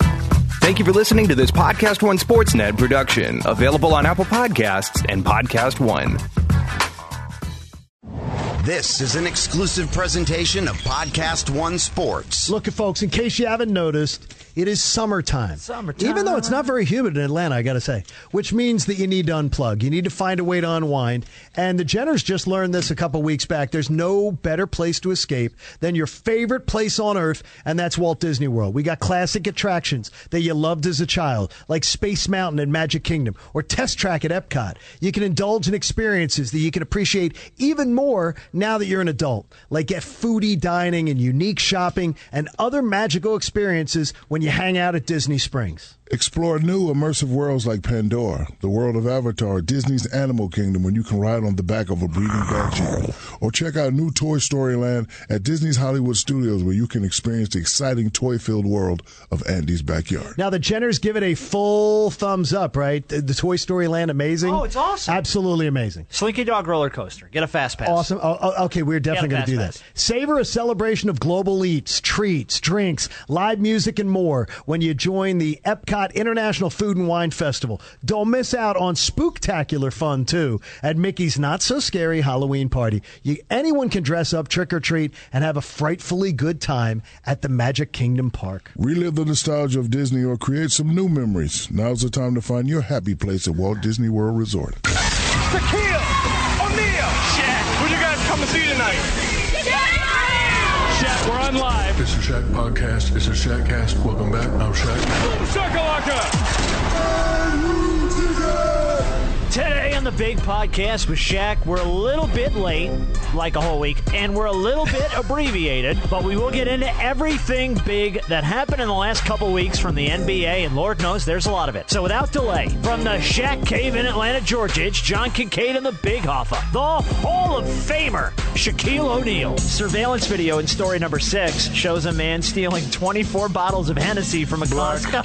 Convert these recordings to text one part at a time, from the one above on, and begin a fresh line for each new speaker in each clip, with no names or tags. Thank you for listening to this Podcast One Sportsnet production, available on Apple Podcasts and Podcast One.
This is an exclusive presentation of Podcast One Sports.
Look, folks, in case you haven't noticed, it is summertime.
Summertime.
Even though it's not very humid in Atlanta, I got to say, which means that you need to unplug. You need to find a way to unwind. And the Jenners just learned this a couple weeks back. There's no better place to escape than your favorite place on earth, and that's Walt Disney World. We got classic attractions that you loved as a child, like Space Mountain at Magic Kingdom or Test Track at Epcot. You can indulge in experiences that you can appreciate even more now that you're an adult, like get foodie dining and unique shopping and other magical experiences when you hang out at Disney Springs.
Explore new immersive worlds like Pandora, the world of Avatar, Disney's Animal Kingdom, when you can ride on the back of a breathing banshee, or check out new Toy Story Land at Disney's Hollywood Studios, where you can experience the exciting toy-filled world of Andy's backyard.
Now the Jenners give it a full thumbs up, right? The, the Toy Story Land, amazing.
Oh, it's awesome.
Absolutely amazing.
Slinky Dog roller coaster. Get a fast pass.
Awesome. Oh, oh, okay, we're definitely going
Yeah,
to do
fast
that. Savor a celebration of global eats, treats, drinks, live music, and more when you join the Epcot International Food and Wine Festival. Don't miss out on spooktacular fun, too, at Mickey's Not So Scary Halloween Party. You, anyone can dress up, trick or treat, and have a frightfully good time at the Magic Kingdom Park.
Relive the nostalgia of Disney or create some new memories. Now's the time to find your happy place at Walt Disney World Resort.
Shaquille O'Neal. Shaq, who you guys come to see tonight? Shaq, we're on live.
It's a Shaq podcast. It's a Shaqcast. Welcome back. I'm Shaq.
Boom shakalaka.
Today on the big podcast with Shaq, we're a little bit late, like a whole week, and we're a little bit abbreviated, but we will get into everything big that happened in the last couple weeks from the NBA, and Lord knows there's a lot of it. So without delay, from the Shaq Cave in Atlanta, Georgia, it's John Kincaid and the Big Hoffa, the Hall of Famer, Shaquille O'Neal. Surveillance video in story number six shows a man stealing 24 bottles of Hennessy from a Costco.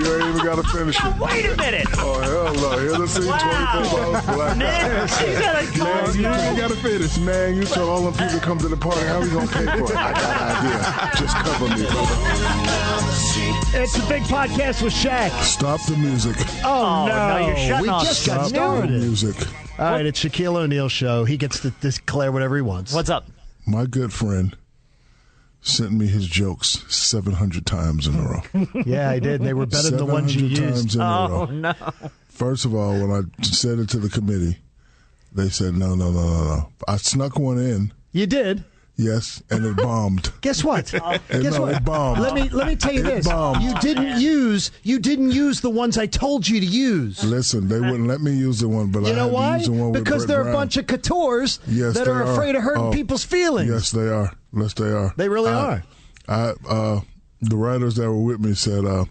you ain't even got to finish it.
Wait a minute.
Oh, hell no. Hennessy,
Wow.
24 bottles black.
Man, she's at a
Man, you
Costco.
ain't got to finish, man. You told all them people come to the party. How we going to pay for it? I got an idea. Just cover me, brother.
It's the big podcast with Shaq.
Stop the music.
Oh,
Oh, no, you're shutting
we
off
just got
Stop the
started.
music.
All right, it's Shaquille O'Neal's show. He gets to declare whatever he wants.
What's up?
My good friend sent me his jokes 700 times in a row.
Yeah, I did. And they were better than the ones you
700 times
used.
in a row.
Oh, no.
First of all, when I said it to the committee, they said, no, no, no, no, no. I snuck one in,
You did.
yes, and it bombed.
Guess what?
It,
Guess
no,
what?
it bombed.
Let me let me tell you
It
this.
bombed.
You didn't use you didn't use the ones I told you to use.
Listen, they wouldn't let me use the one, but I
You know
had to
why?
use the one with
Because
Brett
they're a
Brown.
bunch of couture's
Yes,
that
they
are afraid of hurting
Oh,
people's feelings.
Yes, Uh. they are. Yes, they are.
They really
I-
are.
I uh, the writers that were with me said uh,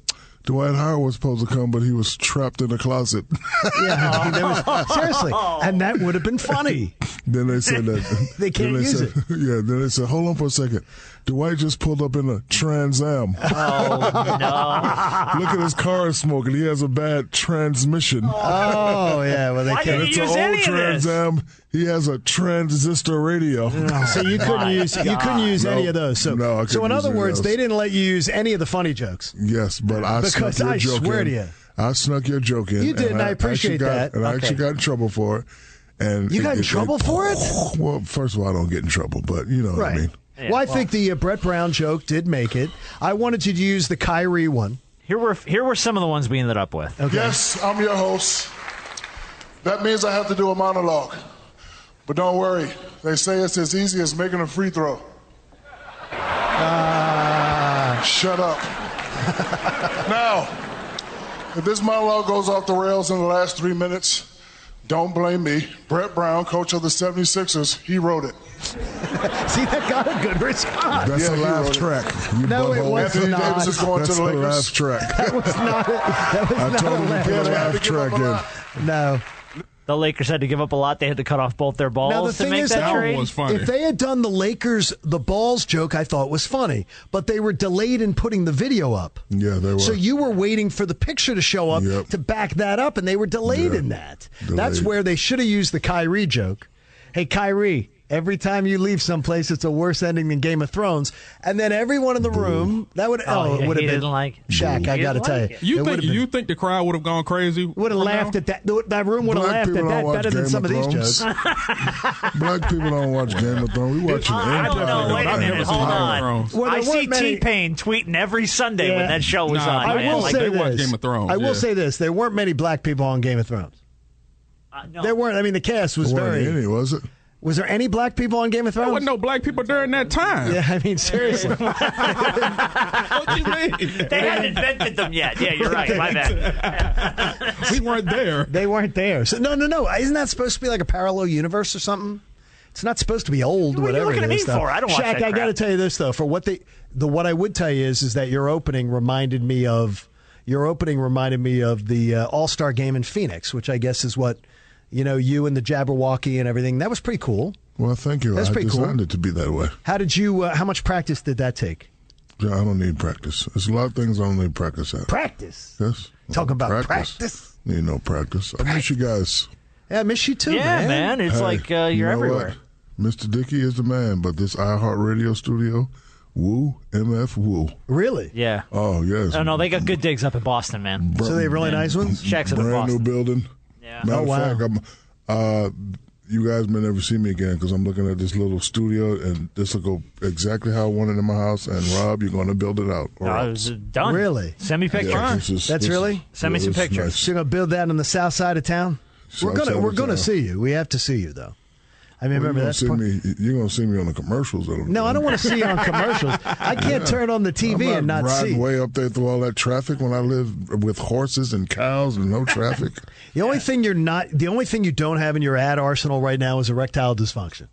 Dwight Howard was supposed to come, but he was trapped in a closet.
Yeah, I mean, they was- seriously.
Oh.
And that would have been funny.
then they said that
They can't
then
use
said,
it.
Yeah. Then they said, "Hold on for a second. Dwight just pulled up in a Trans Am.
Oh, no.
Look at his car is smoking. He has a bad transmission.
Oh yeah, well they
Why
can't.
didn't
it's
you
an
use
old
any of
Trans
this?
Am. He has a transistor radio.
So you couldn't use you couldn't use
No.
any of those. So,
No, I
so
couldn't
in
use
other
any of
words,
those.
they didn't let you use any of the funny jokes.
Yes, but I
Because
snuck your
I
joke
swear
in.
to you.
I snuck your joke in.
You did, and I appreciate
actually got-
that.
And I
Okay.
actually got in trouble for it. And
You
it-
got in
it-
trouble
it-
for it?
Well, first of all, I don't get in trouble, but you know what I mean.
well, I think the uh, Brett Brown joke did make it. I wanted you to use the Kyrie one.
Here were here were some of the ones we ended up with.
Yes, I'm your host. That means I have to do a monologue. But don't worry, they say it's as easy as making a free throw. Ah, Shut up. now, if this monologue goes off the rails in the last three minutes, don't blame me. Brett Brown, coach of the 76ers, he wrote it.
See, that got a good response.
That's
Yeah,
a
he
laugh
wrote it.
track. You
No, it
butthole.
was
Anthony
not.
Davis is going
That's
to the
a
Lakers.
laugh
track.
That was not it. That was
I
not
told him to
a
put a
had
laugh.
to
laugh
give up
track
a
in.
lot.
No.
The Lakers had to give up a lot. They had to cut off both their
Now the
balls to
thing
make
is,
that,
that
trade.
was funny.
if they had done the Lakers the balls joke, I thought was funny, but they were delayed in putting the video up.
Yeah, they were.
So you were waiting for the picture to show up
Yep.
to back that up, and they were delayed in that. That's
Delayed.
where they should have used the Kyrie joke. Hey, Kyrie, Every time you leave someplace, it's a worse ending than Game of Thrones. And then everyone in the room that would oh,
he-
it would
he
have been
didn't like it.
Shaq.
He
I
didn't
got to
like
tell
it.
you,
You think you think the crowd would have gone crazy?
would have laughed at that. That room would have
Black
laughed at
people don't
that
watch
better than
Game
some
of
of these
Thrones.
jokes.
Black people don't watch Game of Thrones. We watch
I
it.
don't know. Wait a minute. Hold on.
Well, there
I see
weren't many-
T Pain tweeting every Sunday
Yeah.
when that show was
Nah,
on.
I
I
man.
will
Like,
say
they
this.
watch Game of Thrones,
I will
yeah.
say this: there weren't many black people on Game of Thrones.
uh, no.
There weren't. I mean, the cast was
It wasn't
very.
any, was it?
Was there any black people on Game of
There
Thrones?
wasn't no black people during that time.
Yeah, I mean, seriously.
What you mean?
They hadn't invented them yet. Yeah, you're right. My bad.
we weren't there.
They weren't there. So no, no, no. Isn't that supposed to be like a parallel universe or something? It's not supposed to be old.
What are you
whatever
looking
it
at me
is, though.
for? I don't
Shaq,
watch that
I got to
crap.
tell you this though. For what they, the what I would tell you is, is that your opening reminded me of your opening reminded me of the uh, All Star game in Phoenix, which I guess is what you know you and the Jabberwocky and everything. That was pretty cool.
Well, thank you.
That's
I
pretty cool.
designed it to be that way.
How did you? Uh, how much practice did that take?
Yeah, I don't need practice. There's a lot of things I don't need practice at.
Practice.
Yes.
Talking about practice.
Need no practice. I miss you guys.
Yeah, I miss you too,
Yeah, man. It's
Hey,
like uh,
you
you're
know
everywhere.
What? Mr. Dickey is the man, but this iHeartRadio studio, woo, MF, woo.
Really?
Yeah.
Oh, yes.
No, no, they got good digs up in Boston, man.
So they have really nice ones.
Shaq's up in
Brand new
Boston.
building.
Yeah.
Matter
Oh,
of
wow.
fact, I'm, uh, you guys may never see me again because I'm looking at this little studio, and this will go exactly how I want it in my house. And Rob, you're going to build it out. All
No,
right.
it was done.
Really?
Send me pictures.
Yeah, this is-
That's
this is-
really?
Send me
yeah,
some
this is
pictures.
nice.
So you're gonna build that on the south side of town. we're
South
gonna
side of
we're gonna
town.
see you. We have to see you though. I mean, remember
you're
that's
gonna
part-
see me. You're gonna see me on the commercials. That I'm
no. I
doing.
don't want to see you on commercials. I can't turn on the TV
I'm
and not
riding
see. you.
way up there through all that traffic when I live with horses and cows and no traffic.
The only thing you're not the only thing you don't have in your ad arsenal right now is erectile dysfunction.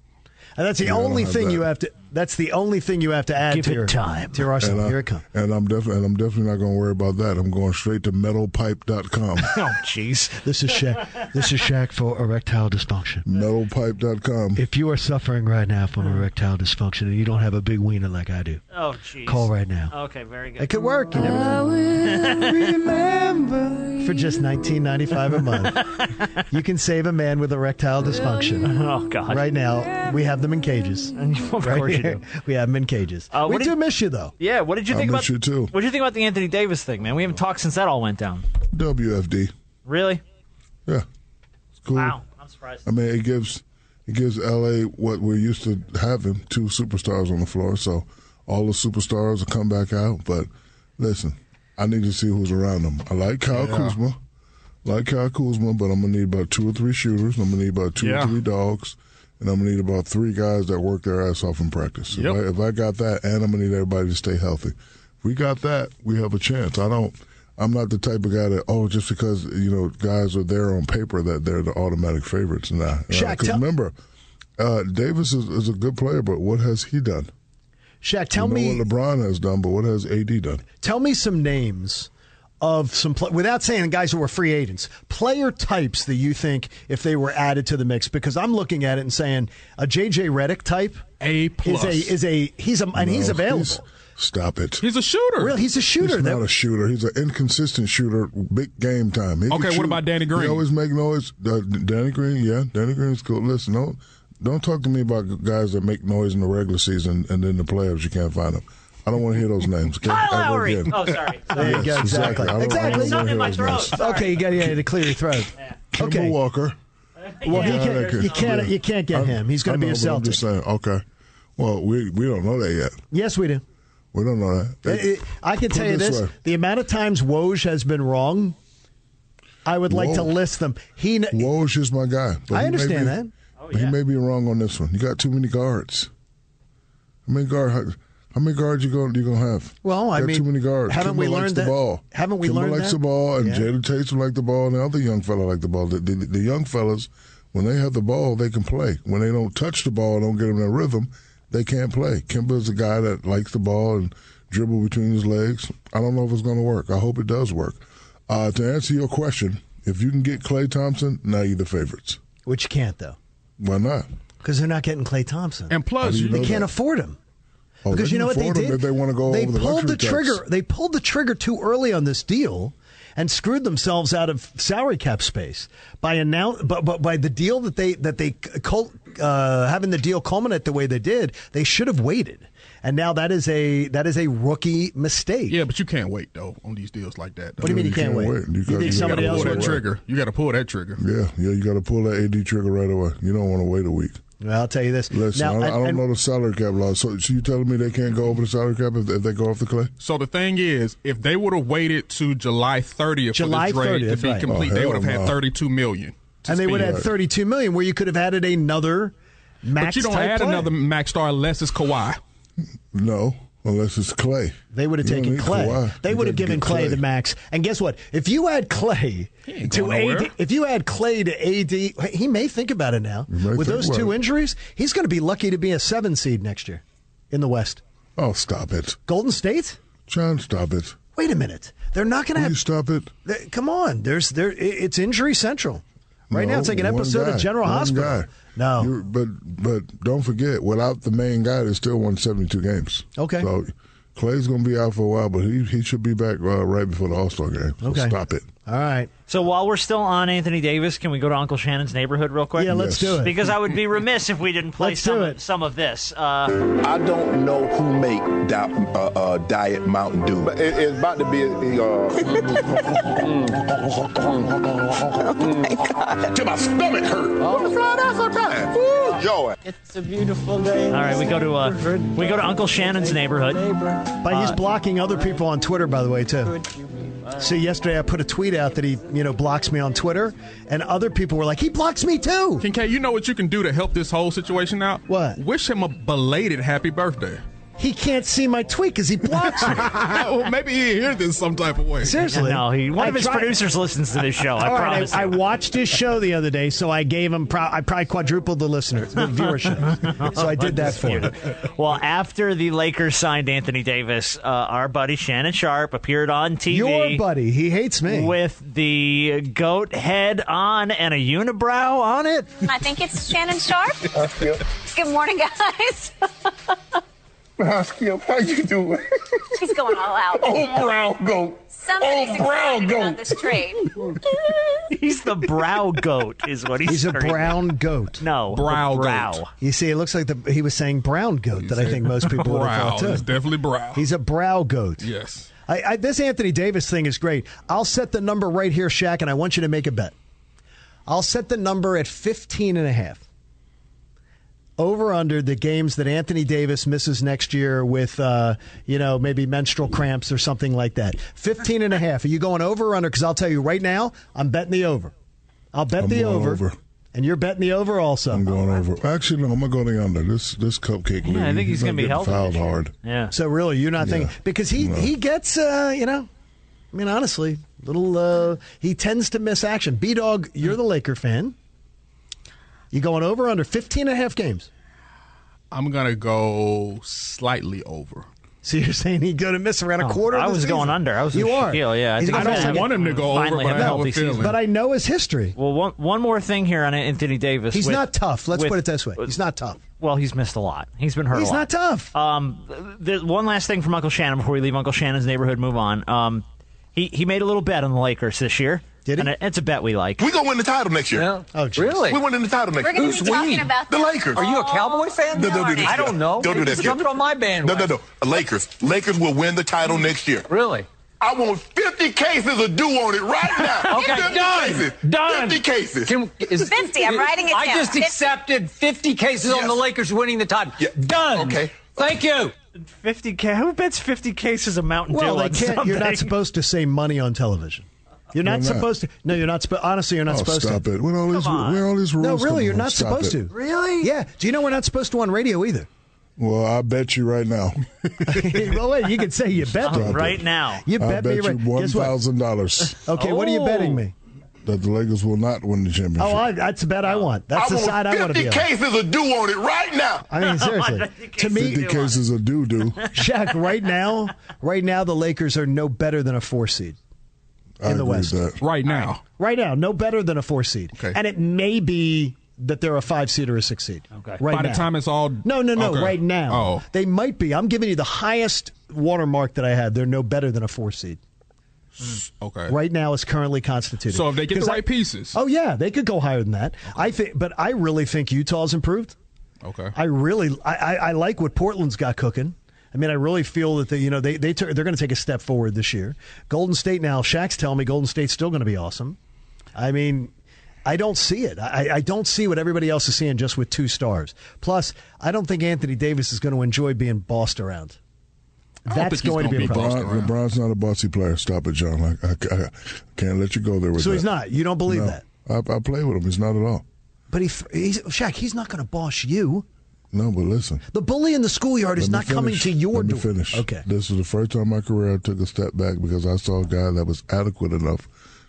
And that's the
Yeah, I don't
only
have
thing
that.
you have to. That's the only thing you have to add
Give
to
it
your
time.
to your arsenal.
and, I,
Here it comes.
and I'm definitely and I'm definitely not gonna worry about that. I'm going straight to metalpipe.com.
Oh, jeez.
This is Shaq. this is Shaq for erectile dysfunction.
metalpipe.com.
If you are suffering right now from
Hmm.
erectile dysfunction and you don't have a big wiener like I do,
Oh, jeez.
call right now.
Okay, very good.
It could work. You never know. For just nineteen ninety five a month, you can save a man with erectile dysfunction.
Oh, God.
Right now, we have them in cages.
of course
Right
you
here,
do.
we have them in cages.
Uh,
we
what
do
do you-
miss you though.
Yeah, what did you
I
think
miss
about
you, too.
What did you think about the Anthony Davis thing, man? We haven't talked since that all went down.
WFD.
Really?
Yeah. It's cool.
Wow, I'm surprised.
I mean, it gives it gives LA what we're used to having two superstars on the floor. So all the superstars will come back out. But listen, I need to see who's around them. I like Kyle Kuzma, like Kyle Kuzma, but I'm gonna need about two or three shooters. I'm gonna need about two
Yeah.
or three dogs. And I'm gonna need about three guys that work their ass off in practice.
Yep.
If, I, if I got that, and I'm gonna need everybody to stay healthy. If we got that, we have a chance. I don't. I'm not the type of guy that oh, just because you know guys are there on paper that they're the automatic favorites. Nah,
Shaq,
because
tell-
remember, uh, Davis is, is a good player, but what has he done?
Shaq, tell
I know uh,
me,
what LeBron has done, but what has AD done?
tell me some names of some pla without saying guys who were free agents, player types that you think if they were added to the mix. Because I'm looking at it and saying a JJ Redick type
A plus.
is a is a he's a and he's
No,
available.
stop it.
He's a shooter.
Real, he's a shooter.
He's
That-
not a shooter. He's an inconsistent shooter. Big game time. He can
Okay, what
shoot.
about Danny Green?
He always make noise. Uh, Danny Green, yeah, Danny Green's cool. Listen, don't don't talk to me about guys that make noise in the regular season and then the playoffs you can't find them. I don't want to hear those names. okay?
Kyle
Ever
Lowry.
again.
Oh, sorry.
there you
Yes,
go.
exactly.
Exactly.
I don't- I
Exactly.
don't wanna
Something in my
hear those
throat.
names.
Sorry.
Okay, you got to clear your throat.
Kemba
Okay.
Walker.
Well,
Yeah,
he
I
can't,
reckon.
you can't.
Yeah.
You can't get
I-
him. He's going
I
to be
know,
a
but I'm just
Celtic.
saying, okay. Well, we we don't know that yet.
Yes, we do.
We don't know that.
It- it- I can
Put
tell you
it this
this:
way.
the amount of times Woj has been wrong, I would like to
Woj.
list them. He, kn-
Woj is my guy. but
I
he may
understand
be-
that.
Oh,
but
yeah.
He may be wrong on this one. You got too many guards. How many guard? How, how many guards you going you gonna have?
Well, I
You got
mean,
too many guards.
haven't
Kimba
we
likes
learned
the
that-
ball?
haven't we
Kimba
learned
likes
that?
the ball, and
Yeah.
Jaden Tatum like the ball, and the other young fella like the ball. The, the, the young fellas, when they have the ball, they can play. When they don't touch the ball, don't get in their rhythm, they can't play. Kimba's a guy that likes the ball and dribble between his legs. I don't know if it's going to work. I hope it does work. Uh, to answer your question, if you can get Clay Thompson, now you're the favorites.
which you can't though,
Why not?
because they're not getting Clay Thompson.
and plus,
do you
you,
know-
they can't afford him.
Oh,
because
they
you know
can
what they
afford him
did?
if they want to go
They
over the
pulled
luxury
the
tax.
trigger. They pulled the trigger too early on this deal, and screwed themselves out of salary cap space by announce, but, but by the deal that they that they cul- uh, having the deal culminate the way they did, they should have waited. And now that is a that is a rookie mistake.
Yeah, but you can't wait though on these deals like that.
What do you mean you can't, wait? You,
wait. You gotta- you
think
You
somebody
gotta
else
pull
would
that
wait?
trigger. You gotta pull that trigger.
Yeah, yeah, you got to pull that AD trigger right away. You don't want to wait a week.
Well, I'll tell you this.
Listen,
now,
I, I
and-
don't
and-
know the salary cap law. So, so you telling me they can't go over the salary cap if, if they go off the clay?
So the thing is, if they would have waited to July 30th
July
for the trade
30th,
to be
right.
complete,
Oh,
they
hell
would have had
no.
32 million. to
and they would
spend.
have had 32 million where you could have added another max
But you don't
type
add
player.
another max star unless it's Kawhi.
No, unless it's clay.
They would have
You don't
taken
need
Clay.
Kawhi.
They
You
would have
gotta
given
get
Clay, the max. And guess what? If you add Clay
ain't
to
going
AD,
nowhere.
if you add Clay to AD, he may think about it now.
He may
With
think
those
about
two
it.
injuries, he's going to be lucky to be a seven seed next year in the West.
Oh, stop it,
Golden State.
John! Stop it.
Wait a minute. They're not going to
Will you
have.
stop it?
they- come on. There's there. it- It's injury central. Right now,
No,
it's like an
one
episode
guy,
of General
one
Hospital.
guy.
No.
You- but but don't forget, without the main guy, they still won seventy two games.
Okay.
so Clay's gonna be out for a while, but he he should be back uh, right before the All Star game. So
Okay.
stop it.
All right.
So while we're still on Anthony Davis, can we go to Uncle Shannon's neighborhood real quick?
Yeah, let's
Yes.
do it.
Because I would be remiss if we didn't play
Let's do
some,
it.
some of this. Uh,
I don't know who make di- uh, uh, Diet Mountain Dew. But it- it's about to be a, uh, Mm. till my stomach hurt. I'm trying out sometimes.
Mm.
Ooh, joy.
It's a beautiful day.
all right, we go to uh, we go to Uncle Shannon's neighborhood.
But he's blocking other people on Twitter, by the way, too. So yesterday I put a tweet out that he, you know, blocks me on Twitter, and other people were like, "He blocks me too."
Kincaid, you know what you can do to help this whole situation out?
What?
Wish him a belated happy birthday.
He can't see my tweet because he blocks me.
well, maybe he hear this some type of way.
Seriously,
No, he, one
I
of his
tried-
producers listens to this show. I
All right,
promise.
I, I
you.
watched his show the other day, so I gave him. Pro- I probably quadrupled the listeners, the viewership.
so I did that for him.
well, after the Lakers signed Anthony Davis, uh, our buddy Shannon Sharp appeared on TV.
Your buddy, he hates me.
With the goat head on and a unibrow on it.
I think it's Shannon Sharp. Good morning, guys.
Skip, how you doing?
He's going all out.
Old brown goat.
Somebody's
Old Oh. brown
excited about
goat.
this trade.
He's the brow goat, is what he's.
He's a
starting-
brown goat.
No, the
Brow goat.
brow.
You see, it looks like the, he was saying brown goat that I think most people would
Brow.
have
It's
thought too.
definitely brow.
He's a brow goat.
yes.
I, I, this Anthony Davis thing is great. I'll set the number right here, Shaq, and I want you to make a bet. I'll set the number at 15 and a half. Over under the games that Anthony Davis misses next year with, uh, you know, maybe menstrual cramps or something like that. 15 and a half. Are you going over or under? Because I'll tell you right now, I'm betting the over. I'll bet
I'm
the
going
over,
over.
And you're betting the over also.
I'm going over. Actually, no, I'm gonna go the under. This this cupcake.
Yeah, I
league,
think he's
not
gonna be
getting
healthy
Fouled
this year.
hard.
Yeah.
So really, you're not thinking because he he gets uh, you know, I mean honestly, little uh, he tends to miss action. B dog, you're the Laker fan. You going over under 15 and a half games?
I'm going to go slightly over.
So you're saying he's going to miss around a quarter? of
Oh, I
the
was
season.
going under. I was
you
with
are.
Shaquille, yeah. I
He's
think
I
gonna
he's
miss
don't
gonna
want
action.
him to go over,
Finally
but
have
I
a
have
healthy
a
season.
feeling.
But I know his history.
Well, one, one more thing here on Anthony Davis.
He's
with-
not tough. Let's
with-
put it this way. He's not tough.
Well, he's missed a lot. He's been hurt.
He's
a lot.
not tough.
Um, th- one last thing from Uncle Shannon before we leave Uncle Shannon's neighborhood. Move on. Um, he he made a little bet on the Lakers this year.
Did he?
And it- it's a bet we like.
We gonna win the title next year.
Oh, geez. really?
We winning the title next
We're
year.
going to be talking about
The
this
Lakers.
all
Are you
a Cowboy fan?
No, don't do this.
morning.
I don't know.
Don't do
You
this.
just
kid.
jumped on my bandwagon.
No, no, no. Lakers. Lakers will win the title next year.
Really?
I want 50 cases of dew on it right now.
Okay,
50
done.
Cases.
Done.
50
Oh,
cases.
Can, is,
50, I'm writing it
I
down.
just
50.
accepted 50 cases
Yes.
on the Lakers winning the title.
Yeah.
Done.
Okay.
Thank you.
Fifty k. Who bets fifty cases of Mountain
Well,
Dew?
they
on
can't. You're
something?
not supposed to say money on television. You're not
not?
supposed to. No, you're not. Spo- honestly, you're not
Oh,
supposed
stop
to.
it! With all these, where all these rules?
No,
come
really, you're
from?
not
Stop
supposed
it.
to. Really? Yeah. Do you know we're not supposed to on radio either?
Well, I bet you right now.
well, wait, you could say you bet me.
right now.
You
I
bet,
bet
me
you
right.
one
Guess what?
thousand dollars
Okay, what are you betting me?
that the Lakers will not win the championship.
Oh, I, that's the bet I want. That's
I
the side I
want
want to
50
be on.
cases of dew on it right now.
I mean, seriously. to me,
50 cases of doo doo.
Shaq, right now, right now, the Lakers are no better than a four seed. the
I agree with
West.
that.
right now.
Right now, no better than a four seed.
Okay.
And it may be that they're a five seed or a six seed. Okay. Right
By the
now.
time it's all
No, no, no.
Okay.
Right now,
Oh,
they might be. I'm giving you the highest watermark that I had. They're no better than a four seed.
Okay.
Right now is currently constituted.
So if they get
'Cause
the
I-
right pieces.
Oh yeah, they could go higher than that. I think, but I really think Utah's improved.
Okay.
I really, I, I, I like what Portland's got cooking. I mean, I really feel that they, you know, they they took they're going to take a step forward this year. Golden State now, Shaq's telling me Golden State's still going to be awesome. I mean, I don't see it. I, I don't see what everybody else is seeing just with two stars. Plus, I don't think Anthony Davis is going to enjoy being bossed around. That's going to be a problem.
LeBron, LeBron's not a bossy player. Stop it, John. I, I, I can't let you go there with
So
that.
he's not? You don't believe that?
I, I play with him. He's not at all.
But he, he's, Shaq, he's not going to boss you.
No, but listen.
The bully in the schoolyard is
Let me
not coming
finish.
to your
Let me
door.
finish.
Okay.
This is the first time in my career I took a step back because I saw a guy that was adequate enough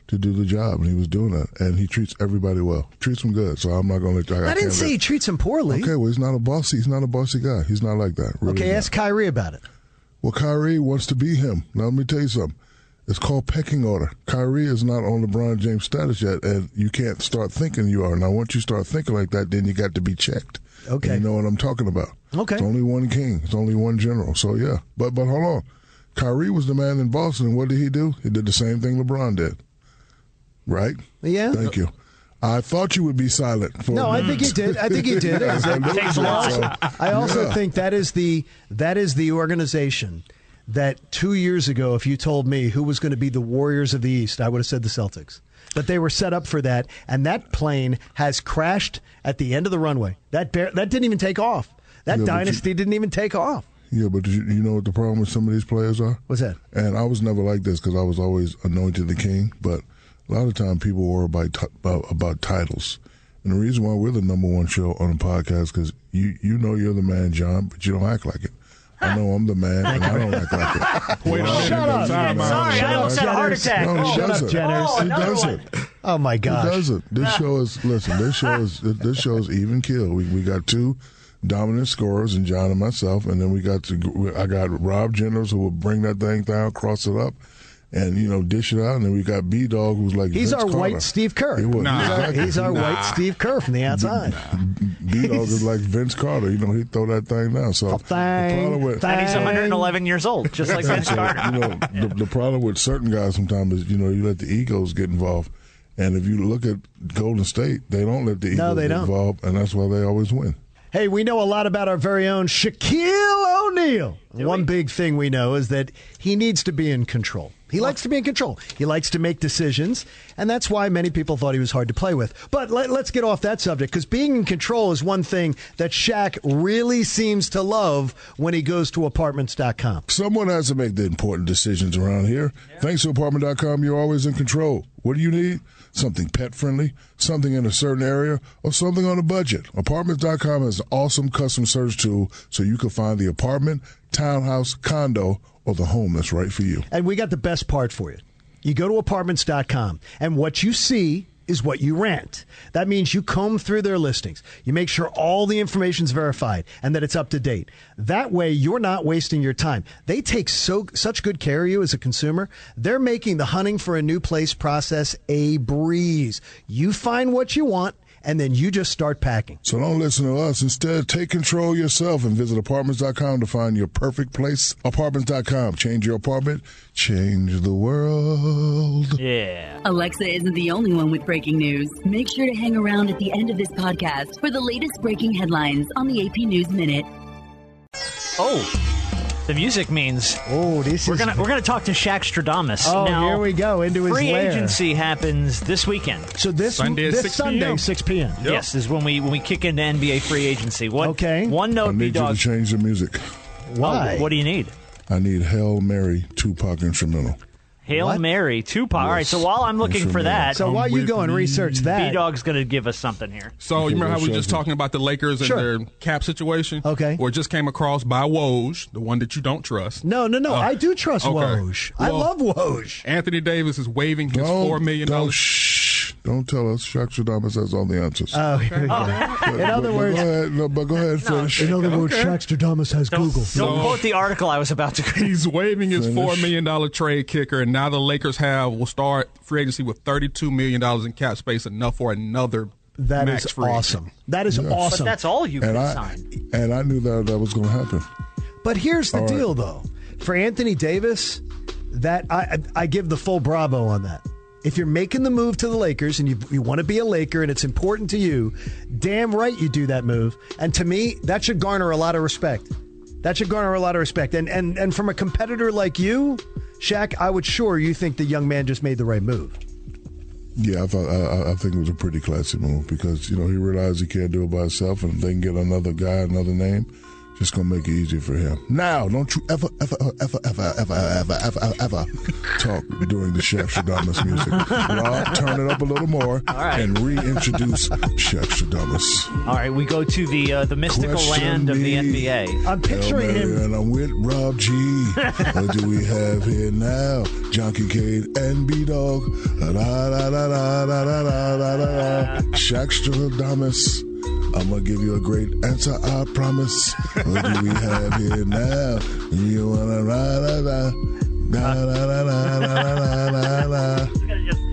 to do the job, and he was doing that. And he treats everybody well. Treats them good. So I'm not going to.
I, didn't say he treats him poorly.
Okay, well, he's not a bossy. He's not a bossy guy. He's not like that. Really
Okay,
not.
ask Kyrie about it.
Well, Kyrie wants to be him. Now, let me tell you something. It's called pecking order. Kyrie is not on LeBron James status yet, and you can't start thinking you are. Now, once you start thinking like that, then you got to be checked.
Okay.
And you know what I'm talking about.
Okay.
It's only one king. It's only one general. So yeah. But but hold on. Kyrie was the man in Boston. What did he do? He did the same thing LeBron did. Right?
Yeah.
Thank you. I thought you would be silent. For a
No, I think he
minute.
did. I think he did.
Yeah,
I said-
I
I
noticed that. So,
also, I also
yeah.
think that is the that is the organization that two years ago, if you told me who was going to be the Warriors of the East, I would have said the Celtics. But they were set up for that, and that plane has crashed at the end of the runway. That bear, that didn't even take off. That
Yeah, but you-
dynasty didn't even take off.
Yeah, but you, you know what the problem with some of these players are?
What's that?
And I was never like this because I was always anointed the king. But a lot of time people worry about, ti- about about titles, and the reason why we're the number one show on a podcast because you you know you're the man, John, but you don't act like it. I know I'm the man, and I don't act like it.
Wait a minute.
Shut up.
Time out.
Sorry, I
Shut
almost
up,
had a heart
Jenners.
attack.
No,
Oh,
he
shut up,
doesn't.
Jenners.
Oh,
he
another
doesn't.
Oh my
He
gosh!
doesn't. This show is listen. This show is this show is even kill. We we got two dominant scorers and John and myself, and then we got to I got Rob Jenners who will bring that thing down, cross it up, and you know dish it out, and then we got B Dog who's like
He's
Vince
our
Carter.
white Steve Kerr.
He was,
Nah.
exactly.
He's our white Steve Kerr from the outside.
B Dog is like Vince Carter. You know he throw that thing down. So the
Thing,
problem with
thing.
And he's 111 years old, just like Vince
so,
Carter.
you know, the, the problem with certain guys sometimes is you know you let the egos get involved, and if you look at Golden State, they don't let the egos
No, they
get
don't.
involved, and that's why they always win.
Hey, we know a lot about our very own Shaquille O'Neal. One big thing we know is that he needs to be in control. He likes to be in control. He likes to make decisions, and that's why many people thought he was hard to play with. But let, us get off that subject because being in control is one thing that Shaq really seems to love when he goes to apartments.com.
Someone has to make the important decisions around here. Thanks to apartment.com, you're always in control. What do you need? Something pet friendly, something in a certain area, or something on a budget. Apartments.com has an awesome custom search tool so you can find the apartment, townhouse, condo, or the home that's right for you.
And we got the best part for you. You go to apartments.com, and what you see is what you rent. That means you comb through their listings. You make sure all the information's verified and that it's up to date. That way, you're not wasting your time. They take so such good care of you as a consumer. They're making the hunting for a new place process a breeze. You find what you want, and then you just start packing.
So don't listen to us. Instead, take control yourself and visit apartments.com to find your perfect place. Apartments.com. Change your apartment, change the world.
Yeah.
Alexa isn't the only one with breaking news. Make sure to hang around at the end of this podcast for the latest breaking headlines on the AP News Minute.
Oh, the music means
Oh, this
we're
is.
gonna we're gonna talk to Shaq Stradamus.
oh,
now,
here we go into his
Free
lair.
agency happens this weekend.
So this
Sunday at
this
6
Sunday,
p.m.
6 p.m.
Yes, this is when we when we kick into NBA free agency. What?
Okay.
One
I
note, B
need you to
dog.
change the music.
Why?
What do you need?
I need Hail Mary Tupac instrumental.
Hail
What?
Mary, Tupac. All right.
Yes.
So while I'm looking for that,
So while you
with
go and
me.
research
B
that,
dog's gonna give us something here.
So you remember how we were just talking about the Lakers and
Sure.
their cap situation?
Okay.
Or just came across by Woj, the one that you don't trust.
no, no, no.
Oh,
I do trust
okay.
Woj. I
Well,
love Woj.
Anthony Davis is waiving his
Don't-
four million
Don't
dollars.
shh. Don't tell us. Shaq Shadamas has all the answers.
Oh, here we go.
But-
in
but-
other
but
words-
go ahead, no, but go ahead, finish.
In other words, Shaqstradamus has
Don't,
Google.
don't quote the article I was about to.
He's waiving his
Finish.
four million dollar trade kicker, and now the Lakers have will start free agency with thirty two million dollars in cap space, enough for another.
That
max
is
free agent.
awesome. That is awesome.
But that's all you
and
can
I
sign.
and I knew that that was going to happen.
But here's the
All right.
deal, though. For Anthony Davis, that I I I give the full bravo on that. If you're making the move to the Lakers and you, you want to be a Laker and it's important to you, damn right you do that move. And to me, that should garner a lot of respect. That should garner a lot of respect. And and and from a competitor like you, Shaq, I would sure you think the young man just made the right move.
Yeah, I, thought, I, I- I think it was a pretty classy move because you know he realized he can't do it by himself, and if they can get another guy, another name, just gonna make it easier for him. Now, don't you ever, ever, ever, ever, ever, ever, ever, ever, ever talk during the Chef Shadamas music. Rob, turn it up a little more
right.
and reintroduce Chef Shadamas.
All right, we go to the uh, the mystical
Question
land of the
me.
NBA.
Hail Mary, And I'm with Rob G. what do we have here now? John Kincaid and B Dog. La la la la la la la la la la. Shaq Stradamus. I'm gonna give you a great answer, I promise. What do we have here now? You wanna la la la la la la la la la la la.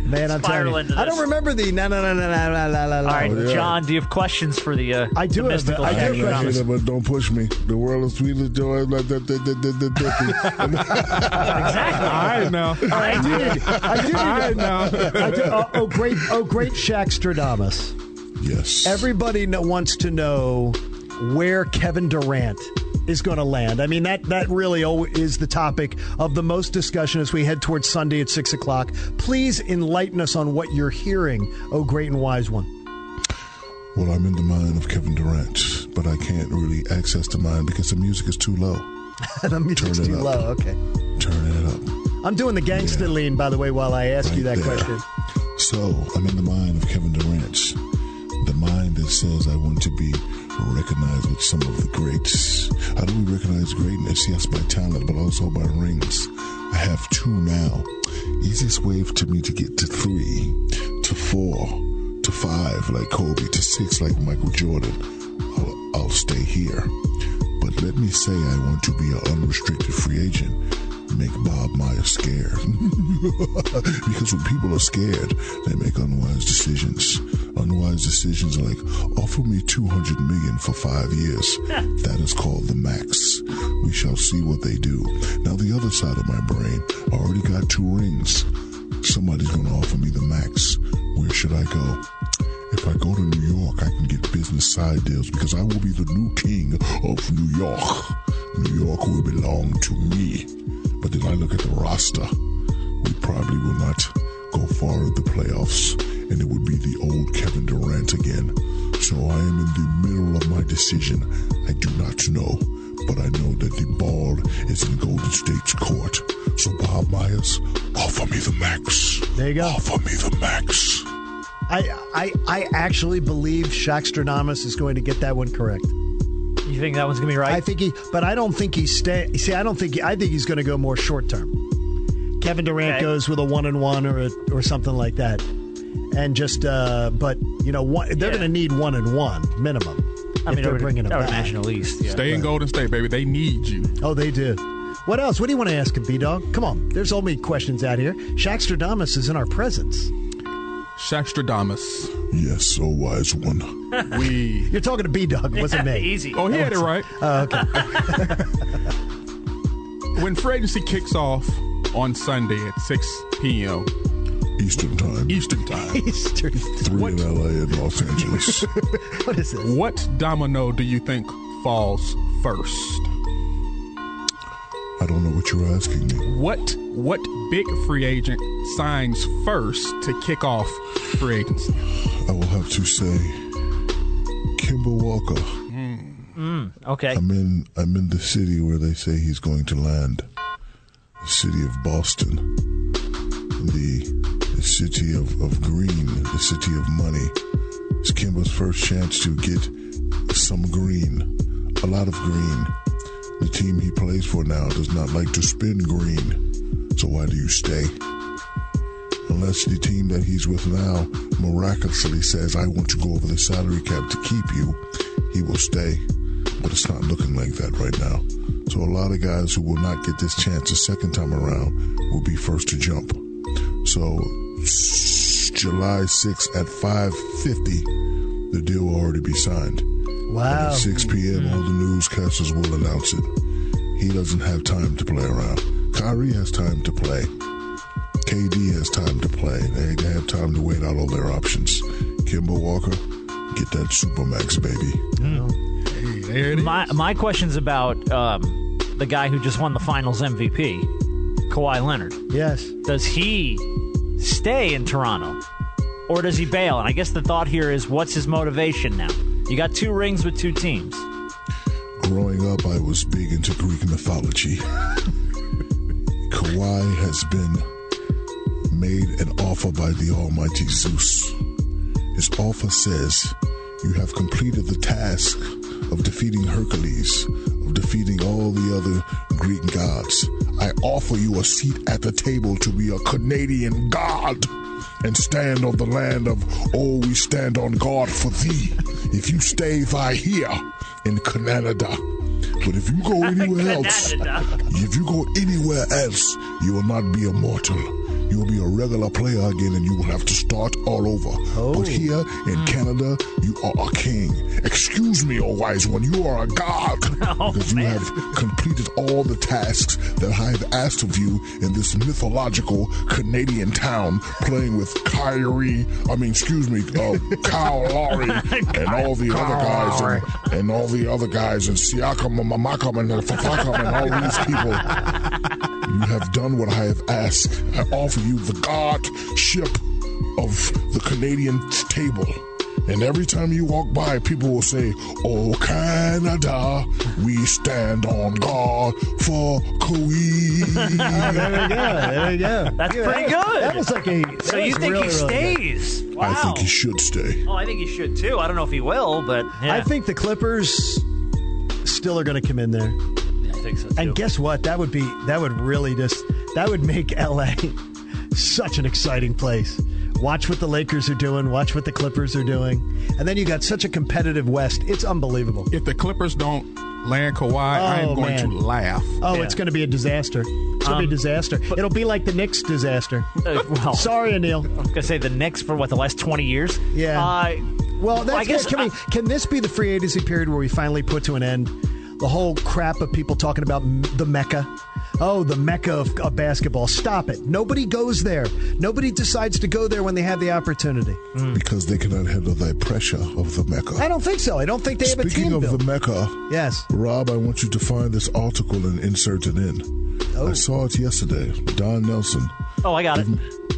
Man, I'm telling
Spiral
you,
into
I
this.
don't remember the na na na na na na na na.
All right, John, do you have questions for the? Uh,
I do
the
have-
mystical
I do
Shaq
have
I hate
Thomas?
it, but don't push me. The world is sweet as joy. Like that, that, that, that, that, that.
All right now.
All right, I did. I did.
All right now.
I do, oh, oh, great! Oh, great! Shaq Stradamus.
Yes.
Everybody kn- wants to know where Kevin Durant is going to land. I mean, that that really al- is the topic of the most discussion as we head towards Sunday at six o'clock. Please enlighten us on what you're hearing. Oh, great and wise one.
Well, I'm in the mind of Kevin Durant, but I can't really access the mind because the music is too low.
the music's
Turn it
too
up.
low. Okay.
Turn it up.
I'm doing the gangster lean, by the way, while I ask you that
there.
question.
So, I'm in the mind of Kevin Durant, the mind that says I want to be recognized with some of the greats. How do we recognize greatness? Yes, by talent, but also by rings. I have two now. Easiest way to me to get to three, to four, to five, like Kobe, to six, like Michael Jordan. I'll, I'll stay here. But let me say I want to be an unrestricted free agent. Make Bob Meyer scared. Uh, because when people are scared, they make unwise decisions. Unwise decisions are like, offer me 200 million for five years. that is called the max. We shall see what they do. Now, the other side of my brain, I already got two rings. Somebody's going to offer me the max. Where should I go? If I go to New York, I can get business side deals because I will be the new king of New York. New York will belong to me. But then I look at the roster. We probably will not go far in the playoffs, and it would be the old Kevin Durant again. So I am in the middle of my decision. I do not know, but I know that the ball is in Golden State's court. So Bob Myers, offer me the max.
There you go.
Offer me the max.
I I, I actually believe Shaq Stradamus is going to get that one correct.
You think that one's gonna be right?
I think he, but I don't think he stay. See, I don't think. I think he's going to go more short term. Kevin Durant
Okay.
goes with a one and one or a, or something like that, and just. Uh, but you know, one, they're
Yeah.
going to need one and one minimum.
I
if
mean, I
they're
would-
bringing him
I would
back.
imagine at least. Yeah.
Stay in Golden State, baby. They need you.
Oh, they do. What else? What do you want to ask him, B Dog? Come on, there's only questions out here. Shaq Stradamus is in our presence.
Shaq Stradamus.
Yes, oh wise one.
We.
You're talking to B Dog, it wasn't me.
Easy.
Oh, he had it right.
Oh, okay.
When free agency kicks off on Sunday at 6 p.m.
Eastern time.
Eastern time,
Eastern.
Three in LA and Los Angeles.
What is this?
what domino do you think falls first?
I don't know what you're asking me.
What what big free agent signs first to kick off free agency?
I will have to say Kimber Walker.
Okay.
I'm in I'm in the city where they say he's going to land. The city of Boston. The the city of, of green, the city of money. It's Kimber's first chance to get some green. A lot of green. The team he plays for now does not like to spin green. So why do you stay? unless the team that he's with now miraculously says, I want to go over the salary cap to keep you, he will stay. But it's not looking like that right now. So a lot of guys who will not get this chance a second time around will be first to jump. So s- July 6th at 5.50, the deal will already be signed.
Wow.
At 6 p.m., all the newscasters will announce it. He doesn't have time to play around. Kyrie has time to play. KD has time to play. They, they have time to wait out all their options. Kimber Walker, get that Supermax, baby.
My my question's about um, the guy who just won the Finals MVP, Kawhi Leonard.
Yes.
Does he stay in Toronto, or does he bail? And I guess the thought here is, what's his motivation now? You got two rings with two teams.
Growing up, I was big into Greek mythology. Kawhi has been made an offer by the almighty Zeus. His offer says, You have completed the task of defeating Hercules, of defeating all the other Greek gods. I offer you a seat at the table to be a Canadian god and stand on the land of, Oh, we stand on guard for thee. If you stay thy here in Canada. But if you go anywhere else, if you go anywhere else, you will not be immortal. You will be a regular player again and you will have to start all over. But here in Canada, you are a king. Excuse me, O wise one, you are a god. because you have completed all the tasks that I have asked of you in this mythological Canadian town, playing with Kyrie, I mean, excuse me, uh, Kyle Lowry, and all the other guys, and, and all the other guys, and Siakam and Mamakam and Fafakam and all these people. You have done what I have asked. I offer you the godship of the Canadian table. And every time you walk by, people will say, Oh, Canada, we stand on guard for Queen.
there you go. There you go.
That's
Yeah,
pretty
that-
good.
That was like a.
So
that
you
was really,
think he
really good.
stays? Wow.
I think he should stay.
Oh, I think he should too. I don't know if he will, but yeah.
I think the Clippers still are going to come in there.
I think so.
And guess what? That would be that would really just that would make LA such an exciting place. Watch what the Lakers are doing, watch what the Clippers are doing. And then you got such a competitive West. It's unbelievable.
If the Clippers don't land Kawhi, I
Oh,
am going
man.
to laugh.
Oh, it's going to be a disaster. It's going to be a
Um,
disaster. It'll be like the Knicks disaster.
Uh, well,
Sorry, Anil.
I was gonna say the Knicks for what the last twenty years.
Yeah.
Uh,
Well, that's
I guess
can, we, can this be the free agency period where we finally put to an end the whole crap of people talking about m- the mecca? Oh, the mecca of, of basketball. Stop it. Nobody goes there. Nobody decides to go there when they have the opportunity.
Because they cannot handle the pressure of the Mecca.
Mm. I don't think so. I don't think they have a
Speaking
team
of
built.
the Mecca,
yes,
Rob, I want you to find this article and insert it in. I
Oh.
saw it yesterday. Don Nelson.
Oh, I got it.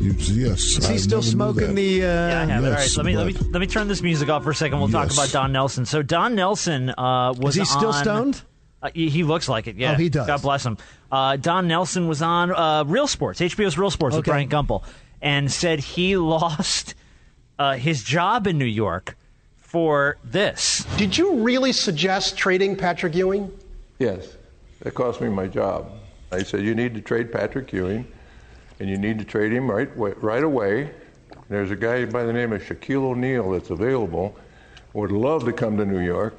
You, yes.
Is he
I
still
never knew
smoking
that.
the? Uh,
Yeah, I have it. All right,
Yes,
let me, let me
but-
let me turn this music off for a second. We'll talk
Yes.
about Don Nelson. So Don Nelson uh, was
he still
on-
stoned?
Uh, he, he looks like it. Yeah,
Oh, he does.
God bless him. Uh, Don Nelson was on uh, Real Sports, HBO's Real Sports with
Okay.
Brian Gumpel, and said he lost uh, his job in New York for this.
Did you really suggest trading Patrick Ewing?
Yes, that cost me my job. I said, you need to trade Patrick Ewing, and you need to trade him right wa- right away. There's a guy by the name of Shaquille O'Neal that's available. Would love to come to New York,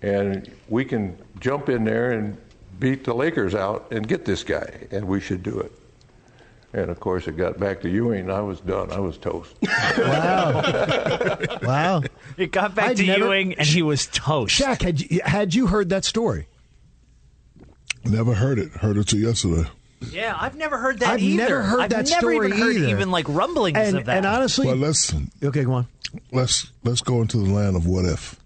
and we can jump in there and beat the Lakers out and get this guy, and we should do it. And of course, it got back to Ewing. and I was done. I was toast.
wow.
It got back
I'd
to
never-
Ewing, and he was toast.
Shaq, had you, had you heard that story?
Never heard it. Heard it till yesterday.
Yeah, I've never heard that
I've
either.
never heard
I've
that
never
story
even heard
either.
even like rumblings
And,
of that.
and honestly,
Well, let's
okay, go on.
let's let's go into the land of what if.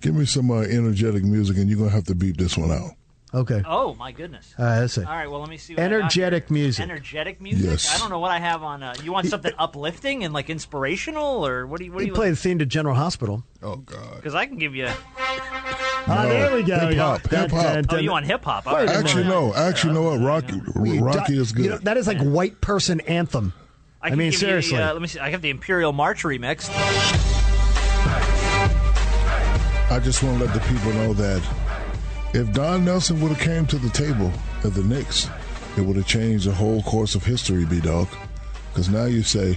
Give me some uh, energetic music, and you're gonna have to beep this one out.
Okay.
Oh my goodness!
All right, Uh, let's see.
All right, well let me see. What I got
Energetic
here.
music.
Energetic music.
Yes.
I don't know what I have on. Uh, you want something uplifting and like inspirational, or what do you? What do
He
you?
played the theme to General Hospital.
Oh God!
Because I can give you.
Oh,
Ah, there we go.
Hip hop.
Dun,
Hip
dun,
hop.
Oh, you want hip hop? All right.
Actually, no. Actually, know what? Rocky, Rocky is good.
You know, that is like white person anthem. I,
can
mean,
give you the,
seriously.
uh, let me see. I have the Imperial March remix.
I just want to let the people know that if Don Nelson would have came to the table at the Knicks, it would have changed the whole course of history, B Dog. Because now you say,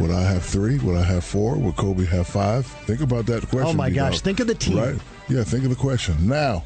would I have three? Would I have four? Would Kobe have five? Think about that question.
Oh, my
B-Dog.
gosh. Think of the team.
Right? Yeah, think of the question. Now,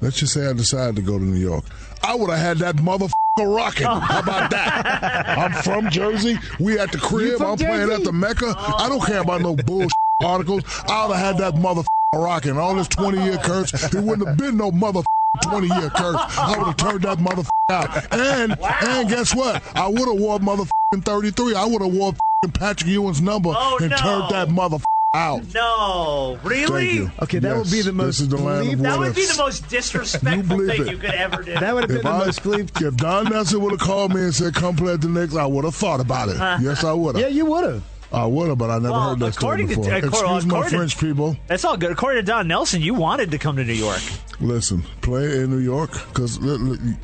let's just say I decide to go to New York. I would have had that motherfucker rocking. How about that? I'm from Jersey. We at the crib.
from
I'm playing at
Jersey?
the Mecca. I don't care about no bullshit articles. I'd have had that motherfucker rocking. All this 20 year curse. It wouldn't have been no motherfucking 20 year curse. I would have turned that motherfucker out. And and guess what? I would have wore motherfucking 33. I would have wore f***ing Patrick Ewing's number
Oh,
and
no.
turned that motherfucker out.
No, really?
Thank you.
Okay, that would be the most
This is the land of
believable-
That
what
would be
ifs.
the most disrespectful
believe
thing
it.
you could ever do.
That would have
If
been the
I-
most believable.
If Don Nelson would have called me and said, "Come play at the Knicks," I would have thought about it. Yes, I would have. Yeah,
Uh-huh. you would have.
I would have, but I never
Well,
heard that story
according to-
before.
according-
Excuse my
according to-
French people.
That's all good. According to Don Nelson, you wanted to come to New York.
Listen, play in New York because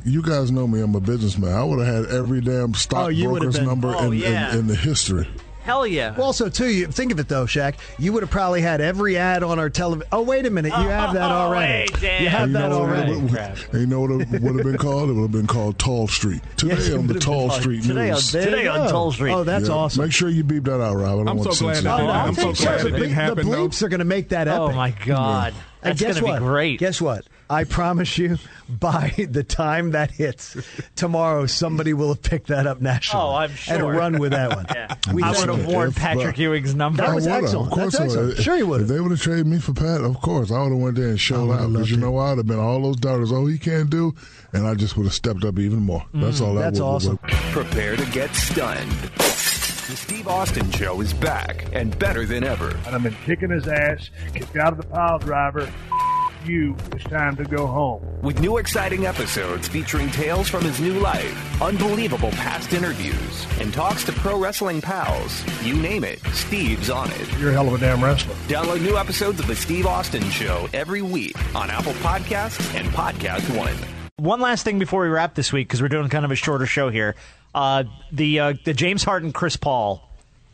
you guys know me. I'm a businessman. I would have had every damn
Oh, you would have
stockbroker's
been-
number
Oh,
in,
yeah.
in, in the history.
Hell yeah.
Well, also too, you think of it though, Shaq. You would have probably had every ad on our television. Oh, wait a minute, you have that
Oh,
already. you have
And
that
know what it
already.
would- and you know what it would have been called? It would have been called Tall Street. Today
Yes, it
on
would
the
have
Tall
been called-
Street
Today on-
News.
there Today you on go. Tall Street. Oh, that's awesome.
Make sure you beep that out, Rob. Oh, I don't
I'm
want
so
to
glad
censor
that
it.
didn't- I'm so glad that didn't happen, though. are going to make that
Oh,
epic.
my God.
Yeah.
That's
and guess
gonna
what?
be great.
Guess what? I promise you, by the time that hits tomorrow, somebody will have picked that up nationally.
Oh, I'm sure.
And run with that one.
Yeah.
We
I
thank
would have
you.
worn
If,
Patrick
but-
Ewing's number.
That was
I would've.
excellent.
Of course
That's
I would've.
excellent. Sure you
If they would have traded me for Pat, of course I would have went there and showed out. Because you know why? I'd have been all those doubters. Oh, he can't do, and I just would have stepped up even more. Mm, That's all. I would
Prepare to get stunned. The Steve Austin Show is back and better than ever.
And I've been kicking his ass, kicked out of the pile driver. You, it's time to go home.
With new exciting episodes featuring tales from his new life, unbelievable past interviews, and talks to pro wrestling pals. You name it, Steve's on it.
You're a hell of a damn wrestler.
Download new episodes of The Steve Austin Show every week on Apple Podcasts and Podcast One.
One last thing before we wrap this week, because we're doing kind of a shorter show here. Uh, the uh, the James Harden Chris Paul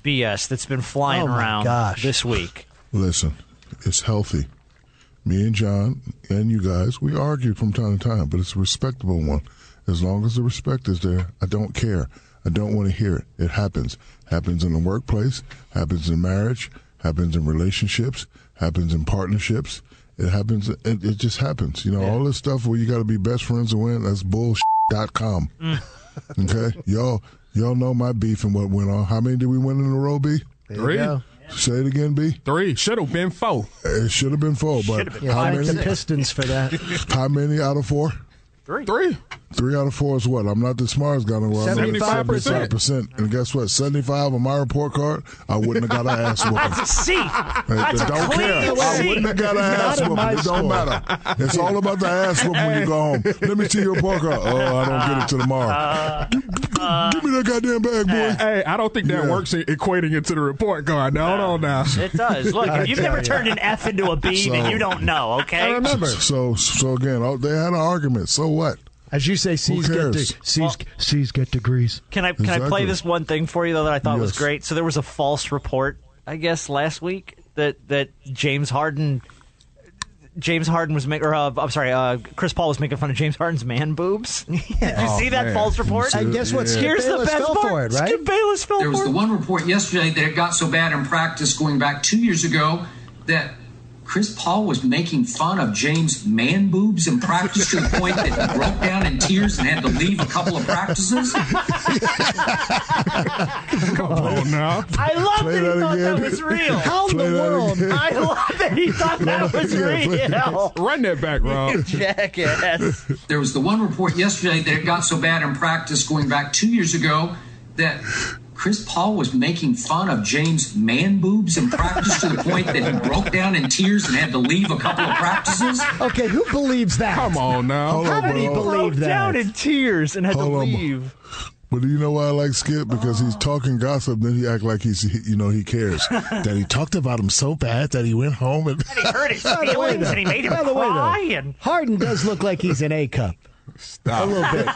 BS that's been flying
Oh, my
around
gosh.
this week.
Listen, it's healthy. Me and John and you guys, we argue from time to time, but it's a respectable one. As long as the respect is there, I don't care. I don't want to hear it. It happens. Happens in the workplace, happens in marriage, happens in relationships, happens in partnerships. It happens. It, it just happens. You know, all this stuff where you got to be best friends to win, that's bullshit.com. okay? Y'all, y'all know my beef and what went on. How many did we win in a row, B?
Three. go.
Say it again, B.
Three. Should have been four.
It should have been four, but
Yeah,
how
fired
many?
the Pistons for that.
How many out of four?
Three.
Three.
Three out of four is what? I'm not the smartest guy in the world. I'm only
75%.
75%. And guess what? 75 on my report card, I wouldn't have got an ass whooping.
That's a C. That's a
don't
clean
care. I
C.
wouldn't have got an
Not
ass
in
whooping.
my
It don't
school.
matter. It's all about the ass whooping when you go home. Let me see your report card. Oh, I don't get it till tomorrow. Give me that goddamn bag, boy.
Hey, I don't think that
Yeah.
works in equating it to the report card. Now, hold on now.
It does. Look, if you've never turned an F into a B, then
So-
you don't know, okay?
So, so again, oh, they had an argument. So what?
As you say, C's
Who
get,
cares?
de- C's, C's get degrees.
Can I can I play
Exactly.
this one thing for you though that I thought was
Yes.
great? So there was a false report, I guess, last week that that James Harden, James Harden was making, or uh, I'm sorry, uh, Chris Paul was making fun of James Harden's man boobs. Did you
Oh,
see that
man.
false
You
report?
see And that? guess what? Skip
Here's the
Bayless
best
fell for
part.
it, right?
Skip Bayless fell
There was
for
the
it.
one report yesterday that it got so bad in practice going back two years ago that Chris Paul was making fun of James man boobs in practice to the point that he broke down in tears and had to leave a couple of practices.
Come on now.
I love
Play
that he
that
thought that
again.
was real.
How in the Play that world? again.
I love that he thought that was real.
Run that back, Rob.
Jackass.
There was the one report yesterday that it got so bad in practice going back two years ago that Chris Paul was making fun of James man boobs in practice to the point that he broke down in tears and had to leave a couple of practices.
Okay, who believes that?
Come on now.
Hold
How
on,
did he
bro.
broke down in tears and had to
Hold on.
leave?
But do you know why I like Skip? Because he's talking gossip, then he act like he's he- you know he cares. that he talked about him so bad that he went home and
He hurt his
By the way,
feelings
though-
and he made him
by the way, though,
cry. and
Harden does look like he's an A cup.
Stop.
A little bit.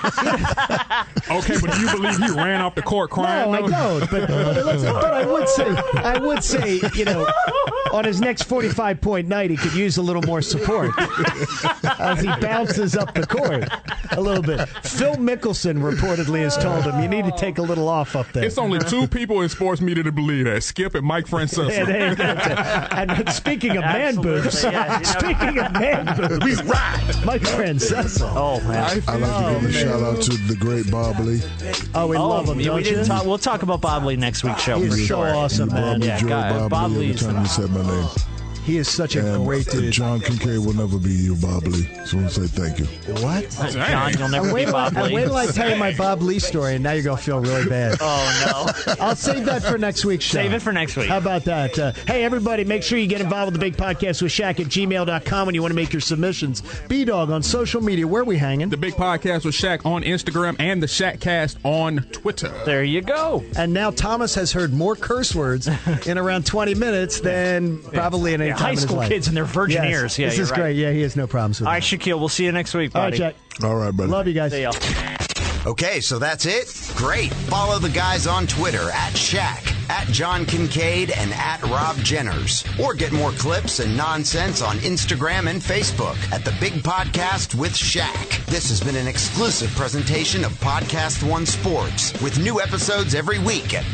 Okay, but do you believe he ran off the court crying?
No, I
though?
don't. But, but, it looks- but I would say, I would say, you know, on his next forty-five point night, he could use a little more support as he bounces up the court a little bit. Phil Mickelson reportedly has told him you need to take a little off up there.
It's only two people in sports media to believe that Skip and Mike
Yeah, there you
Francesa.
go. and speaking of man
Absolutely,
boobs,
yeah, you know.
speaking of man boobs, we
ride.
Mike Francesa.
Oh man,
I like to give a shout out to the great Bob Lee.
Oh, we
oh,
love him,
we
don't
didn't
you?
talk- we'll talk about Bob Lee next week's show
He's
for
so
sure.
awesome, You man. probably
Yeah,
enjoy
God,
Bob
Bob
Lee every
Lee's
time you said my name.
He is such a
Um,
And
great dude.
John Kincaid will never be you, Bob Lee. So I want to say thank you.
What?
John, you'll never
And wait
be
till I-
Bob
and
Lee.
Wait till I tell you my Bob Lee story, and now you're gonna feel really bad.
Oh no!
I'll save that for next week's show.
Save it for next week.
How about that? Uh, hey, everybody, make sure you get involved with the big podcast with Shaq at gmail.com when you want to make your submissions. B Dog on social media, where are we hanging?
The Big Podcast with Shaq on Instagram and the Shaqcast on Twitter.
There you go.
And now Thomas has heard more curse words in around 20 minutes than probably in any
Yeah,
time
high
in his
school
life.
kids and their virgin
Yes.
ears. Yeah,
this
you're
is
right.
great. Yeah, he has no problems with
All
it.
right, Shaquille. We'll see you next week, buddy.
All right, Jack.
All right, brother.
Love you guys.
See ya.
Okay, so that's it. Great. Follow the guys on Twitter at Shaq, at John Kincaid, and at Rob Jenners. Or get more clips and nonsense on Instagram and Facebook at The Big Podcast with Shaq. This has been an exclusive presentation of Podcast One Sports with new episodes every week at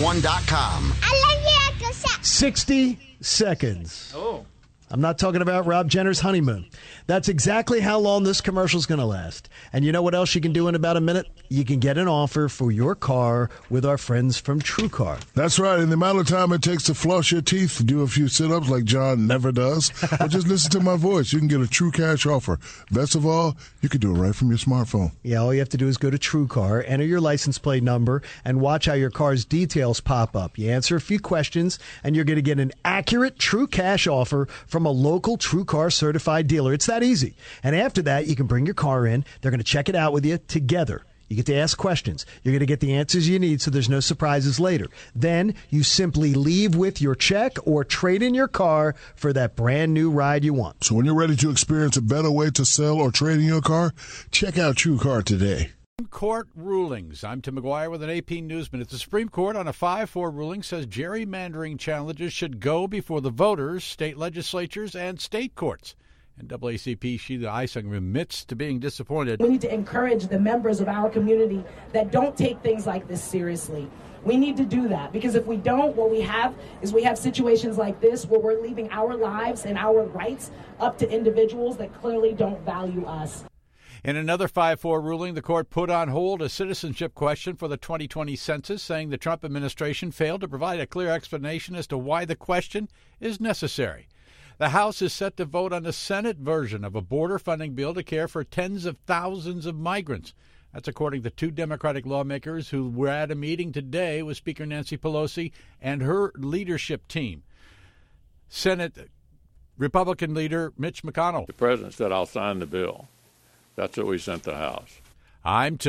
podcastone.com.
I love you, 60 seconds.
Oh.
I'm not talking about Rob Jenner's honeymoon. That's exactly how long this commercial's going to last. And you know what else you can do in about a minute? You can get an offer for your car with our friends from TrueCar.
That's right. And the amount of time it takes to floss your teeth, do a few sit ups like John never does, or just listen to my voice, you can get a true cash offer. Best of all, you can do it right from your smartphone.
Yeah, all you have to do is go to TrueCar, enter your license plate number, and watch how your car's details pop up. You answer a few questions, and you're going to get an accurate true cash offer from a local TrueCar certified dealer. It's that easy. And after that, you can bring your car in. They're going to check it out with you together. You get to ask questions. You're going to get the answers you need so there's no surprises later. Then you simply leave with your check or trade in your car for that brand new ride you want.
So when you're ready to experience a better way to sell or trade in your car, check out True Car today.
Court rulings. I'm Tim McGuire with an AP Newsman. If the Supreme Court on a 5 4 ruling says gerrymandering challenges should go before the voters, state legislatures, and state courts. And AACP Sheila Ising admits to being disappointed.
We need to encourage the members of our community that don't take things like this seriously. We need to do that because if we don't, what we have is we have situations like this where we're leaving our lives and our rights up to individuals that clearly don't value us.
In another 5 4 ruling, the court put on hold a citizenship question for the 2020 census, saying the Trump administration failed to provide a clear explanation as to why the question is necessary. The House is set to vote on the Senate version of a border funding bill to care for tens of thousands of migrants. That's according to two Democratic lawmakers who were at a meeting today with Speaker Nancy Pelosi and her leadership team. Senate Republican leader Mitch McConnell.
The president said, I'll sign the bill. That's what we sent the House.
I'm Tim.